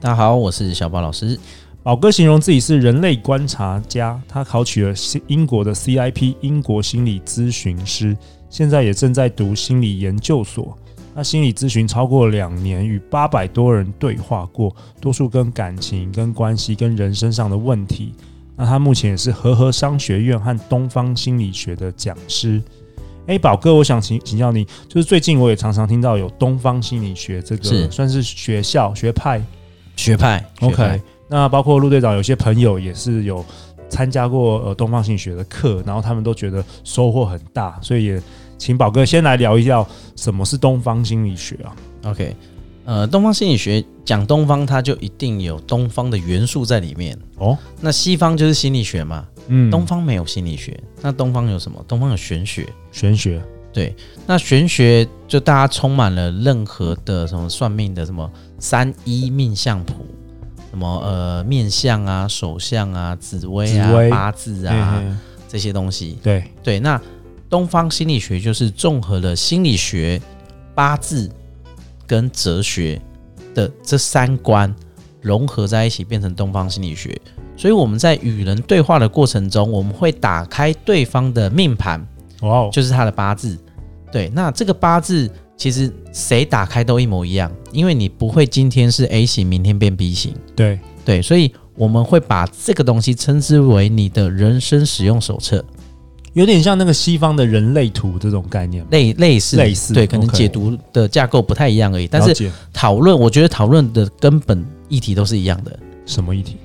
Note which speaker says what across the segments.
Speaker 1: 大家好，我是小宝老师。
Speaker 2: 宝哥形容自己是人类观察家，他考取了西英国的 CIP 英国心理咨询师，现在也正在读心理研究所。他心理咨询超过两年，与八百多人对话过，多数跟感情、跟关系、跟人身上的问题。那他目前也是和和商学院和东方心理学的讲师。诶，宝哥，我想请请教你，就是最近我也常常听到有东方心理学这个
Speaker 1: 是
Speaker 2: 算是学校学派，
Speaker 1: 学派
Speaker 2: OK，那包括陆队长有些朋友也是有参加过呃东方心理学的课，然后他们都觉得收获很大，所以也请宝哥先来聊一聊什么是东方心理学啊？
Speaker 1: OK，呃，东方心理学讲东方，它就一定有东方的元素在里面。
Speaker 2: 哦，
Speaker 1: 那西方就是心理学嘛，
Speaker 2: 嗯
Speaker 1: 东方没有心理学，那东方有什么？东方有玄学。
Speaker 2: 玄学，
Speaker 1: 对，那玄学就大家充满了任何的什么算命的什么三一命相谱，什么呃面相啊、手相啊、紫微啊
Speaker 2: 紫微、
Speaker 1: 八字啊
Speaker 2: 嘿嘿
Speaker 1: 这些东西。
Speaker 2: 对，
Speaker 1: 对，那东方心理学就是综合了心理学、八字跟哲学的这三观融合在一起，变成东方心理学。所以我们在与人对话的过程中，我们会打开对方的命盘，
Speaker 2: 哇哦，
Speaker 1: 就是他的八字。对，那这个八字其实谁打开都一模一样，因为你不会今天是 A 型，明天变 B 型。
Speaker 2: 对，
Speaker 1: 对，所以我们会把这个东西称之为你的人生使用手册。
Speaker 2: 有点像那个西方的人类图这种概念嘛，
Speaker 1: 类类似
Speaker 2: 类似
Speaker 1: 对，可能
Speaker 2: OK
Speaker 1: 解读的架构不太一样而已。但
Speaker 2: 了
Speaker 1: 是
Speaker 2: 解
Speaker 1: 讨论，我觉得讨论的根本议题都是一样的，
Speaker 2: 什么议题？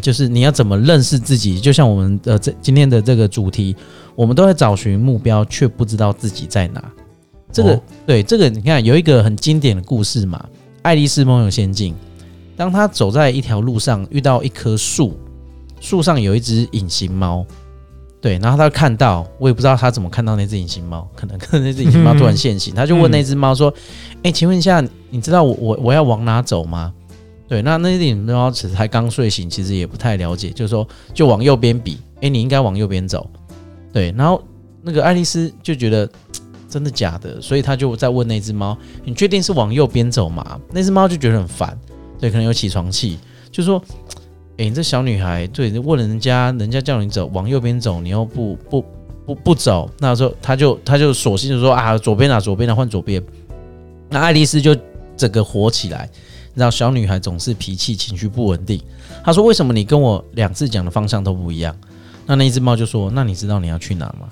Speaker 1: 就是你要怎么认识自己。就像我们呃这今天的这个主题，我们都在找寻目标，却不知道自己在哪。这个、
Speaker 2: 哦
Speaker 1: 对这个，你看有一个很经典的故事嘛，《爱丽丝梦游仙境》。当她走在一条路上，遇到一棵树，树上有一只隐形猫。对，然后他看到，我也不知道他怎么看到那只隐形猫，可能可能那只隐形猫突然现形，他就问那只猫说：“哎、请问一下，你知道我我我要往哪走吗？”对，那那只隐形猫其实才刚睡醒，其实也不太了解，就是说就往右边比，哎、你应该往右边走。对，然后那个爱丽丝就觉得嘖真的假的，所以他就在问那只猫：“你确定是往右边走吗？”那只猫就觉得很烦，对，可能有起床气，就说：“哎、你这小女孩，对，你问人家，人家叫你走往右边走，你又不不不不走，那时候他就他就索性就说啊，左边啊，左边啊，换左边。那爱丽丝就整个火起来，你知道小女孩总是脾气情绪不稳定。她说为什么你跟我两次讲的方向都不一样？那那一只猫就说，那你知道你要去哪吗？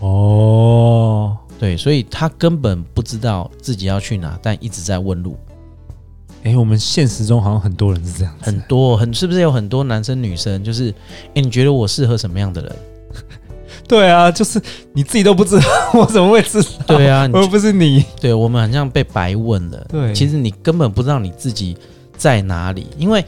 Speaker 2: 哦，
Speaker 1: 对，所以她根本不知道自己要去哪，但一直在问路。
Speaker 2: 诶，我们现实中好像很多人是这啊样子，
Speaker 1: 很多很是不是有很多男生女生就是，哎、你觉得我适合什么 样的人？
Speaker 2: 对啊，就是你自己都不知道，我怎么会知道？
Speaker 1: 对啊，你
Speaker 2: 我又不是你，
Speaker 1: 对我们很像被白问了。
Speaker 2: 对
Speaker 1: 其实你根本不知道你自己在哪里，因为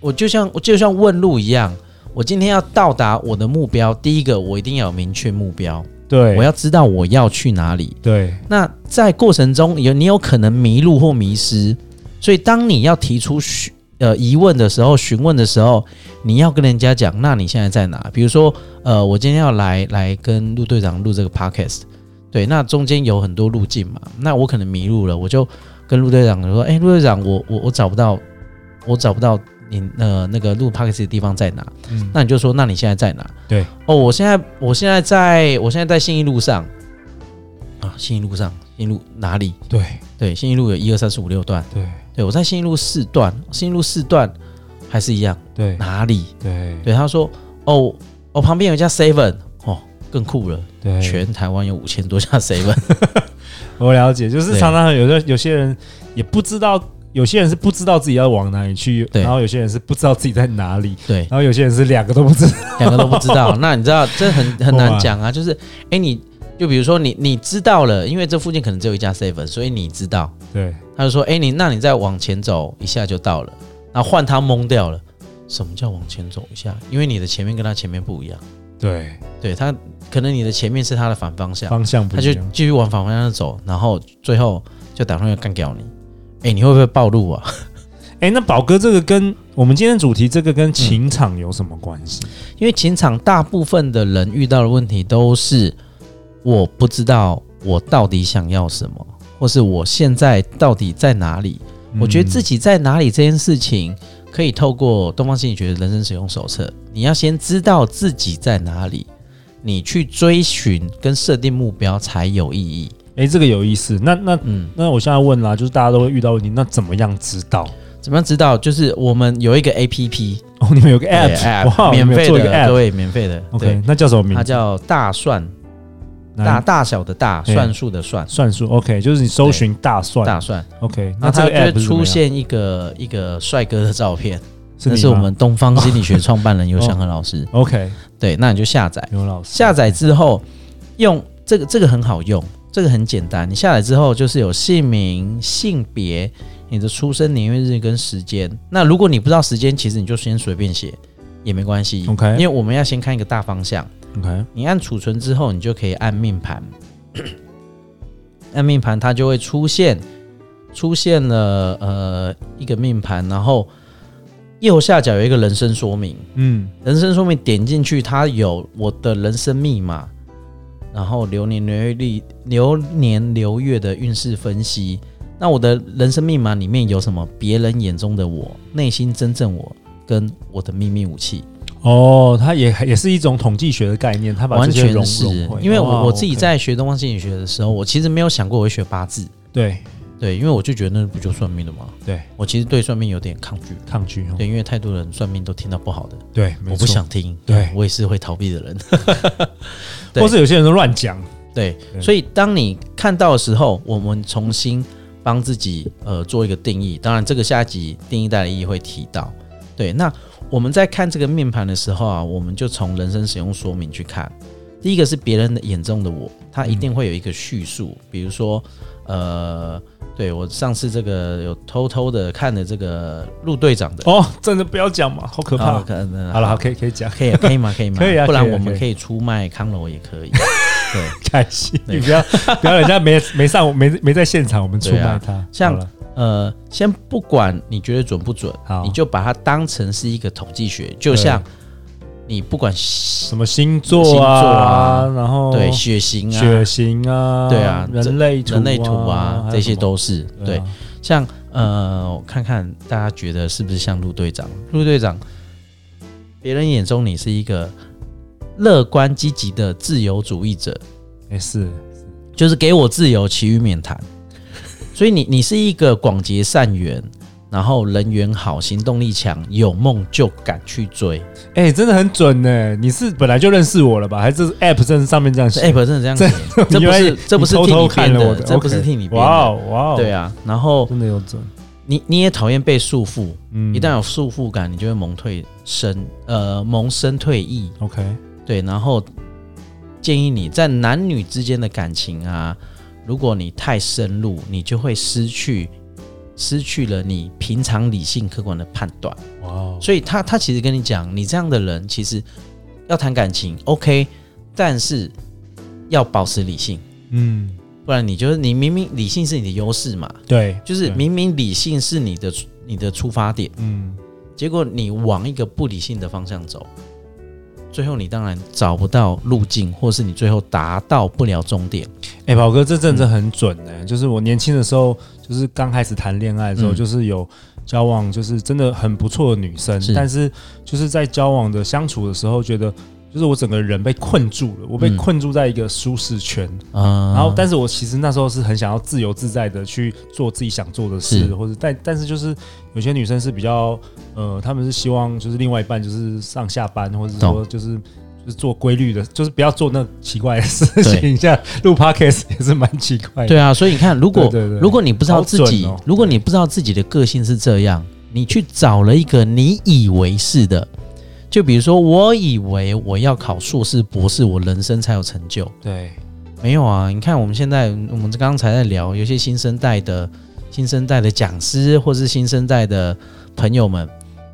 Speaker 1: 我就像我就像问路一样，我今天要到达我的目标，第一个我一定要有明确目标，
Speaker 2: 对，
Speaker 1: 我要知道我要去哪里。
Speaker 2: 对，
Speaker 1: 那在过程中有你有可能迷路或迷失，所以当你要提出询呃疑问的时候、询问的时候，你要跟人家讲，那你现在在哪？比如说，呃，我今天要来来跟陆队长录这个 podcast，对，那中间有很多路径嘛，那我可能迷路了，我就跟陆队长说，哎、陆队长，我我我找不到，我找不到你呃那个录 podcast 的地方在哪？
Speaker 2: 嗯
Speaker 1: 那你就说，那你现在在哪？
Speaker 2: 对，
Speaker 1: 哦，我现在我现在在我现在在信义路上啊，信义路上，信义路哪里？
Speaker 2: 对
Speaker 1: 对，信义路有一二三四五六段，
Speaker 2: 对
Speaker 1: 对我在信义路四段，信义路四段还是一样，
Speaker 2: 对
Speaker 1: 哪里？
Speaker 2: 对
Speaker 1: 对，他说，哦，我、旁边有一家 Seven，哦，更酷了，
Speaker 2: 对，
Speaker 1: 全台湾有五千多家 Seven，
Speaker 2: 我了解，就是
Speaker 1: 对
Speaker 2: 常常有些有些人也不知道，有些人是不知道自己要往哪里去，
Speaker 1: 对
Speaker 2: 然后有些人是不知道自己在哪里，
Speaker 1: 对，
Speaker 2: 然后有些人是两个都不知道，
Speaker 1: 两个都不知 道。那你知道这很很
Speaker 2: 哇
Speaker 1: 难讲啊，就是，哎，你就比如说你你知道了，因为这附近可能只有一家 Seven，所以你知道，
Speaker 2: 对，
Speaker 1: 他就说：“哎、你那你再往前走一下就到了。”然后换他懵掉了，什么叫往前走一下？因为你的前面跟他前面不一样，
Speaker 2: 对，
Speaker 1: 对他可能你的前面是他的反方向，
Speaker 2: 方向不
Speaker 1: 他
Speaker 2: 一
Speaker 1: 就
Speaker 2: 样，
Speaker 1: 继续往反方向走，然后最后就打算要干掉你。哎、你会不会暴露啊？
Speaker 2: 哎、那宝哥，这个跟我们今天的主题，这个跟
Speaker 1: 嗯
Speaker 2: 情场有什么关系？
Speaker 1: 因为情场大部分的人遇到的问题都是我不知道我到底想要什么，或是我现在到底在哪里。我觉得自
Speaker 2: 己
Speaker 1: 己在哪里这件事情，可以透过东方心理学的人生使用手册，你要先知道自己在哪里，你去追寻跟设定目标才有意义。
Speaker 2: 哎、这个有意思。那那
Speaker 1: 嗯，
Speaker 2: 那我现在问啦，就是大家都会遇到问题，那怎么样知道？
Speaker 1: 怎么样知道？就是我们有一个 A P P
Speaker 2: 哦，你们有个 app，哇，你
Speaker 1: 免
Speaker 2: 们有
Speaker 1: 费
Speaker 2: 做一个
Speaker 1: 的，
Speaker 2: app。
Speaker 1: 对，免费的，
Speaker 2: OK，
Speaker 1: 对，
Speaker 2: 那叫什么名
Speaker 1: 它
Speaker 2: 字？
Speaker 1: 叫大算，
Speaker 2: 哪
Speaker 1: 大大小的大，
Speaker 2: 对
Speaker 1: 算术的算，
Speaker 2: 算术 OK，就是你搜寻大蒜
Speaker 1: 大算。
Speaker 2: OK，那
Speaker 1: 那
Speaker 2: 这
Speaker 1: 它
Speaker 2: 个
Speaker 1: 就会
Speaker 2: app 是怎么
Speaker 1: 出
Speaker 2: 样
Speaker 1: 现一个一个帅哥的照片，
Speaker 2: 是
Speaker 1: 那
Speaker 2: 你
Speaker 1: 是我
Speaker 2: 吗哦
Speaker 1: 们东方心理学创办人尤祥和老师。
Speaker 2: OK
Speaker 1: 对，那你就下载。
Speaker 2: 刘老师
Speaker 1: 下载之后用这个这个很好用，这个很简单。你下载之后就是有姓名、性别、你的出生年月日跟时间。那如果你不知道时间，其实你就先随便写也没关系
Speaker 2: OK
Speaker 1: 因为我们要先看一个大方向。
Speaker 2: OK
Speaker 1: 你按储存之后，你就可以按命盘，按命盘它就会出现出现了呃一个命盘，然后右下角有一个人生说明。
Speaker 2: 嗯
Speaker 1: 人生说明点进去，它有我的人生密码，然后流年流月历、流年流月的运势分析。那我的人生密码里面有什么？别人眼中的我，内心真正我，跟我的秘密武器，
Speaker 2: 哦，它也也是一种统计学的概念，它把
Speaker 1: 完
Speaker 2: 这些
Speaker 1: 全
Speaker 2: 融
Speaker 1: 是
Speaker 2: 融会
Speaker 1: 因为
Speaker 2: 哇
Speaker 1: 我我自己
Speaker 2: OK
Speaker 1: 在学东方心理学的时候，我其实没有想过我会学八字，
Speaker 2: 对
Speaker 1: 对，因为我就觉得那不就算命的吗？
Speaker 2: 对
Speaker 1: 我其实对算命有点抗拒，
Speaker 2: 抗拒哦
Speaker 1: 对，因为太多人算命都听到不好的，
Speaker 2: 对，没
Speaker 1: 我
Speaker 2: 错，
Speaker 1: 不想听，
Speaker 2: 对
Speaker 1: 我也是会逃避的人。对
Speaker 2: 或是有些人都乱讲，
Speaker 1: 对，
Speaker 2: 对
Speaker 1: 所以当你看到的时候，我们重新帮自己呃做一个定义。当然，这个下一集定义带来意义会提到。对，那我们在看这个面盘的时候啊，我们就从人生使用说明去看。第一个是别人的眼中的我，他一定会有一个叙述，比如说，呃，对我上次这个有偷偷的看了这个陆队长的，
Speaker 2: 哦，真的不要讲嘛，好可怕。
Speaker 1: 啊可能
Speaker 2: 好了，好，可以可以讲，
Speaker 1: 可以可以吗？可以吗？
Speaker 2: 可以啊
Speaker 1: 不然
Speaker 2: 可以啊
Speaker 1: 我们
Speaker 2: 可以
Speaker 1: 可以出卖康楼也可以。对，
Speaker 2: 开心，
Speaker 1: 对
Speaker 2: 你不要不要人家没没上没没在现场，我们出
Speaker 1: 对啊
Speaker 2: 卖他，
Speaker 1: 像
Speaker 2: 好了
Speaker 1: 呃，先不管你觉得准不准
Speaker 2: 好，
Speaker 1: 你就把它当成是一个统计学，就像你不管
Speaker 2: 什么星座
Speaker 1: 星座
Speaker 2: 啊，
Speaker 1: 啊
Speaker 2: 然后
Speaker 1: 对血型
Speaker 2: 血
Speaker 1: 啊、
Speaker 2: 型啊，
Speaker 1: 对啊
Speaker 2: 人类
Speaker 1: 人类图
Speaker 2: 啊
Speaker 1: 啊，
Speaker 2: 还有
Speaker 1: 这些
Speaker 2: 什么
Speaker 1: 都是
Speaker 2: 对
Speaker 1: 对
Speaker 2: 啊。
Speaker 1: 像呃，我看看大家觉得是不是像陆队长？陆队长，别人眼中你是一个乐观积极的自由主义者，
Speaker 2: 也哎是
Speaker 1: 就是给我自由，其余免谈。 所以你你是一个广结善缘，然后人缘好，行动力强，有梦就敢去追。
Speaker 2: 哎、真的很准呢、你是本来就认识我了吧？还是 App 真的上面这样
Speaker 1: 这
Speaker 2: 写？
Speaker 1: app 真的这样写，哎 这
Speaker 2: 你原
Speaker 1: 不
Speaker 2: 来
Speaker 1: 是这不是
Speaker 2: 偷
Speaker 1: 替
Speaker 2: 偷
Speaker 1: 你
Speaker 2: 看
Speaker 1: 编
Speaker 2: 了我
Speaker 1: 这不是
Speaker 2: OK
Speaker 1: 替你编
Speaker 2: 哇
Speaker 1: 的，
Speaker 2: 哦哇哦，
Speaker 1: 对，啊。然后
Speaker 2: 真的有准。
Speaker 1: 你你也讨厌被束缚，
Speaker 2: 嗯
Speaker 1: 一旦有束缚感，你就会萌退生
Speaker 2: 嗯
Speaker 1: 呃萌生退意，
Speaker 2: OK，
Speaker 1: 对。然后建议你在男女之间的感情啊，如果你太深入，你就会失去失去了你平常理性客观的判断。
Speaker 2: 哇 哦，
Speaker 1: 所以他他其实跟你讲，你这样的人其实要谈感情 OK，但是要保持理性。
Speaker 2: 嗯，
Speaker 1: 不然你就是你明明理性是你的优势嘛，
Speaker 2: 对，
Speaker 1: 就是
Speaker 2: 对，
Speaker 1: 明明理性是你的出你的出发点，
Speaker 2: 嗯，
Speaker 1: 结果你往一个不理性的方向走，最后你当然找不到路径，或是你最后达到不了终点。
Speaker 2: 哎、宝哥，这真
Speaker 1: 嗯
Speaker 2: 的很准呢、就是我年轻的时候，就是刚开始谈恋爱的时候，
Speaker 1: 嗯
Speaker 2: 就是有交往，就是真的很不错的女生，
Speaker 1: 是
Speaker 2: 但是就是在交往的相处的时候，觉得就是我整个人被困住了，我被
Speaker 1: 嗯
Speaker 2: 困住在一个舒适圈，
Speaker 1: 嗯，
Speaker 2: 然后，但是我其实那时候是很想要自由自在的去做自己想做的事，
Speaker 1: 是
Speaker 2: 或者但但是就是有些女生是比较呃，她们是希望就是另外一半就是上下班，或者是说
Speaker 1: 懂
Speaker 2: 就是就是做规律的，就是不要做那奇怪的事情。
Speaker 1: 对
Speaker 2: 像录 podcast 也是蛮奇怪的，
Speaker 1: 对啊，所以你看，如果
Speaker 2: 对对对
Speaker 1: 如果你不知道自己，
Speaker 2: 好准哦
Speaker 1: 如果你不知道自己的个性是这样，你去找了一个你以为是的，就比如说，我以为我要考硕士、博士，我人生才有成就。
Speaker 2: 对
Speaker 1: 没有啊，你看我们现在，我们刚刚才在聊，有些新生代的新生代的讲师或是新生代的朋友们。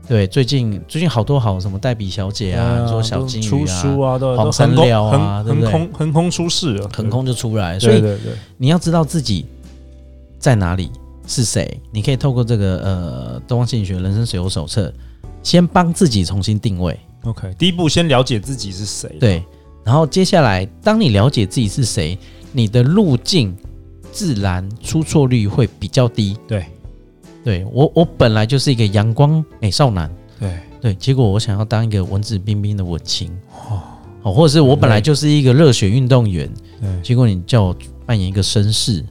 Speaker 1: 对，最近最近好多好什么黛比小姐啊，你说小金
Speaker 2: 出
Speaker 1: 鱼啊
Speaker 2: 书，啊，对，
Speaker 1: 黄山料啊
Speaker 2: 横横
Speaker 1: 对不对
Speaker 2: 空横空出世了，
Speaker 1: 腾空就出来，
Speaker 2: 对，
Speaker 1: 所以
Speaker 2: 对对对
Speaker 1: 你要知道自己在哪里是谁，你可以透过这个呃《东方心理学人生水游手册》，先帮自己重新定位，
Speaker 2: ，OK，第一步先了解自己是谁，，
Speaker 1: 对，然后接下来当你了解自己是谁，你的路径自然出错率会比较低。
Speaker 2: 对，
Speaker 1: 对我我本来就是一个阳光美少男，
Speaker 2: 对，
Speaker 1: 对，结果我想要当一个文质彬彬的文青，哦，或者是我本来就是一个热血运动员，
Speaker 2: 对，
Speaker 1: 结果你叫我扮演一个绅士，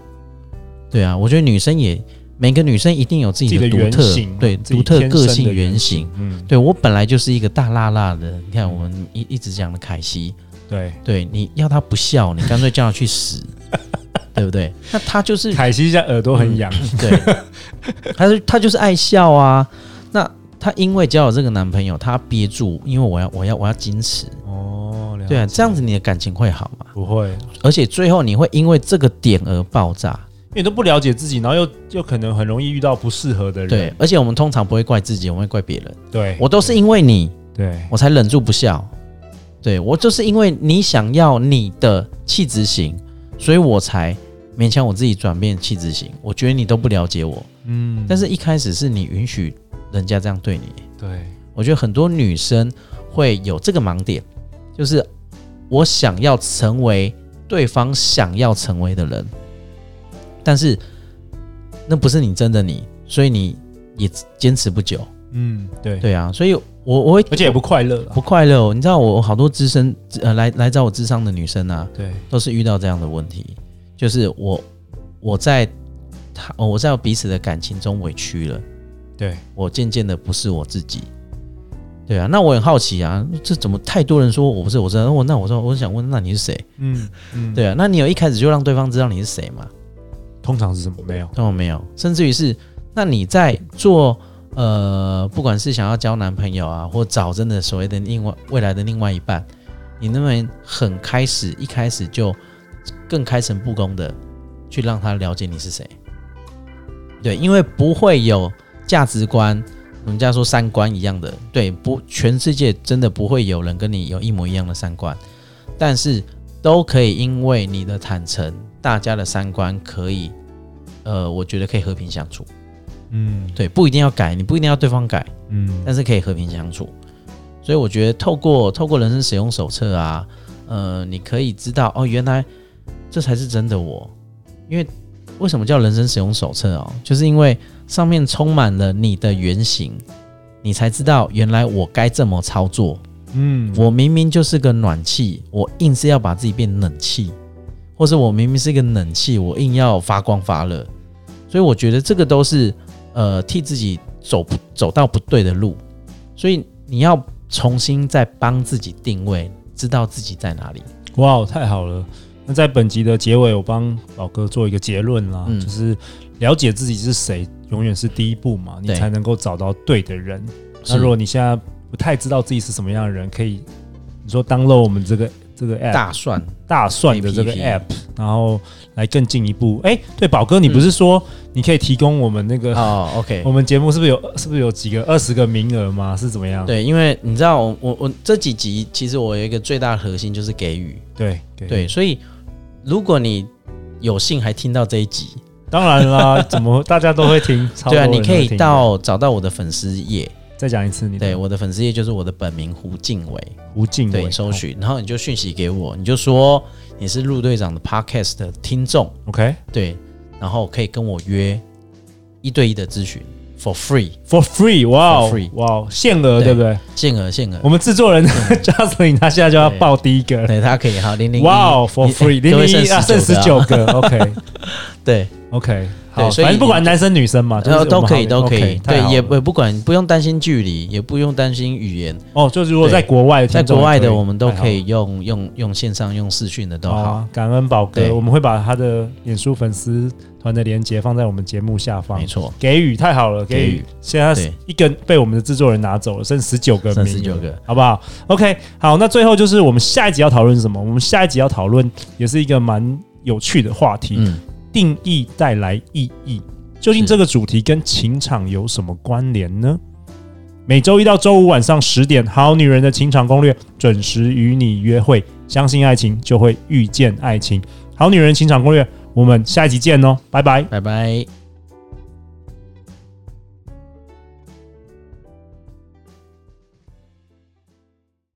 Speaker 1: 对啊，我觉得女生也每个女生一定有自己
Speaker 2: 自
Speaker 1: 的
Speaker 2: 己的
Speaker 1: 独
Speaker 2: 原
Speaker 1: 特
Speaker 2: 型，
Speaker 1: 对
Speaker 2: 自己
Speaker 1: 独特
Speaker 2: 天
Speaker 1: 个
Speaker 2: 生
Speaker 1: 性
Speaker 2: 的
Speaker 1: 原
Speaker 2: 原
Speaker 1: 型。
Speaker 2: 嗯，
Speaker 1: 对我本来就是一个大辣辣的，你看我们一一直讲的凯西，
Speaker 2: 对，
Speaker 1: 对你要他不笑，你干脆叫他去 死，对不对？那他就是
Speaker 2: 凯西现在耳朵很痒，
Speaker 1: 对， 他是他就是爱笑啊。那他因为交了这个男朋友，他憋住，因为我要我要我要矜持，
Speaker 2: 哦，了
Speaker 1: 对啊，
Speaker 2: 解
Speaker 1: 这样子你的感情会好嘛？
Speaker 2: 不会，
Speaker 1: 而且最后你会因为这个点而爆炸，
Speaker 2: 因为都不了解自己，然后又又可能很容易遇到不适合的
Speaker 1: 对
Speaker 2: 人，。
Speaker 1: 而且我们通常不会怪自己，我们会怪别人。
Speaker 2: 对，
Speaker 1: 我都是因为你，
Speaker 2: 对，
Speaker 1: 我才忍住不笑。对我就是因为你想要你的气质型，所以我才勉强我自己转变气质型。我觉得你都不了解我，
Speaker 2: 嗯，
Speaker 1: 但是一开始是你允许人家这样对你。
Speaker 2: 对，
Speaker 1: 我觉得很多女生会有这个盲点，就是我想要成为对方想要成为的人，但是那不是你真的你，所以你也坚持不久。
Speaker 2: 嗯，对，
Speaker 1: 对啊，所以我我会
Speaker 2: 而且也不快乐啊了，
Speaker 1: 不快乐、哦。你知道我我好多资深呃来来找我智商的女生啊，
Speaker 2: 对，
Speaker 1: 都是遇到这样的问题，就是我我在他我在彼此的感情中委屈了，
Speaker 2: 对，
Speaker 1: 我渐渐的不是我自己。对啊，那我很好奇啊，这怎么太多人说我不是我真的？我那我说我想问，那你是谁？
Speaker 2: 嗯嗯，，
Speaker 1: 对啊，那你有一开始就让对方知道你是谁吗？
Speaker 2: 通常是什么没有？
Speaker 1: 那我哦没有，甚至于是，那你在做呃，不管是想要交男朋友啊，或找真的所谓的另外未来的另外一半，你能不能很开始一开始就更开诚布公的去让他了解你是谁？对，因为不会有价值观，人家说三观一样的，对，不，全世界真的不会有人跟你有一模一样的三观，但是都可以因为你的坦诚，大家的三观可以呃，我觉得可以和平相处。
Speaker 2: 嗯
Speaker 1: 对，不一定要改，你不一定要对方改，
Speaker 2: 嗯，
Speaker 1: 但是可以和平相处。所以我觉得透过透过人生使用手册啊，呃，你可以知道哦，原来这才是真的我。因为为什么叫人生使用手册哦？就是因为上面充满了你的原型，你才知道原来我该这么操作。
Speaker 2: 嗯，
Speaker 1: 我明明就是个暖气，我硬是要把自己变冷气，或是我明明是一个冷气，我硬要发光发热。所以我觉得这个都是呃替自己走不走到不对的路，所以你要重新再帮自己定位，知道自己在哪里。
Speaker 2: 哇，太好了！那在本集的结尾，我帮宝哥做一个结论啦，
Speaker 1: 嗯
Speaker 2: 就是了解自己是谁，永远是第一步嘛，你
Speaker 1: 对
Speaker 2: 才能够找到对的人。那
Speaker 1: 是
Speaker 2: 如果你现在不太知道自己是什么样的人，可以你说 download 我们这个这个 app
Speaker 1: 大蒜
Speaker 2: 大蒜的这个
Speaker 1: APP
Speaker 2: app，然后来更进一步。哎、对，宝哥，你
Speaker 1: 嗯
Speaker 2: 不是说你可以提供我们那个、
Speaker 1: 哦，OK，
Speaker 2: 我们节目是不是有是不是有几个二十个名额吗？是怎么样？
Speaker 1: 对，因为你知道我我我这几集其实我有一个最大的核心就是给予，
Speaker 2: 对对
Speaker 1: 对，所以如果你有幸还听到这一集，
Speaker 2: 当然啦，怎么大家都会听？超
Speaker 1: 对啊，
Speaker 2: 多
Speaker 1: 你
Speaker 2: 人
Speaker 1: 可
Speaker 2: 会
Speaker 1: 以
Speaker 2: 听的嗯
Speaker 1: 到找到我的粉丝页，
Speaker 2: 再讲一次你的
Speaker 1: 对，我的粉丝页就是我的本名胡静伟，
Speaker 2: 胡静伟
Speaker 1: 对，搜寻，然后你就讯息给我，你就说你是陆队长的 podcast 的听众，
Speaker 2: 哦 OK
Speaker 1: 对，然后可以跟我约一对一的咨询，for free，
Speaker 2: for free，哇哦
Speaker 1: For free
Speaker 2: 哇哦，限额对
Speaker 1: 对
Speaker 2: 不对？
Speaker 1: 限额限额
Speaker 2: 我，们制作人 Justin 他现在就要报第一个，
Speaker 1: 对，他可以哈零零
Speaker 2: 哇哦 for free，零
Speaker 1: 各
Speaker 2: 零
Speaker 1: 位剩
Speaker 2: 一啊，剩十
Speaker 1: 19
Speaker 2: 九
Speaker 1: 个啊，
Speaker 2: 个，OK
Speaker 1: 对，
Speaker 2: OK，好，
Speaker 1: 所以
Speaker 2: 反正不管
Speaker 1: 你
Speaker 2: 男生女生嘛，啊就是
Speaker 1: 然后都
Speaker 2: 我们
Speaker 1: 可以
Speaker 2: 好
Speaker 1: 都可
Speaker 2: OK，
Speaker 1: 以，
Speaker 2: 太
Speaker 1: 对，
Speaker 2: 好
Speaker 1: 也
Speaker 2: 了
Speaker 1: 也不管不用担心距离，也不用担心语言，
Speaker 2: 哦，就是如果在国外的
Speaker 1: 在
Speaker 2: 听众也可以，
Speaker 1: 国外的我们都可以
Speaker 2: 太
Speaker 1: 用用用线上用视讯的都
Speaker 2: 好了。好
Speaker 1: 好，
Speaker 2: 啊，感恩宝哥，
Speaker 1: 对
Speaker 2: 我们会把他的脸书粉丝团的链接放在我们节目下方
Speaker 1: 没。错，
Speaker 2: 给予太好了，
Speaker 1: 给
Speaker 2: 给
Speaker 1: 予
Speaker 2: 予现在
Speaker 1: 对
Speaker 2: 一根被我们的制作人拿走了，剩十九个名
Speaker 1: 剩
Speaker 2: 额，
Speaker 1: 19个，
Speaker 2: 好不好？OK，好，那最后就是我们下一集要讨论什么？我们下一集要讨论也是一个蛮有趣的话题，
Speaker 1: 嗯，
Speaker 2: 定义带来意义。究竟这个主题跟情场有什么关联呢？每周一到周五晚上十点，《好女人的情场攻略》准时与你约会。相信爱情，就会遇见爱情。《好女人情场攻略》，我们下一集见哦，拜拜。
Speaker 1: 拜拜。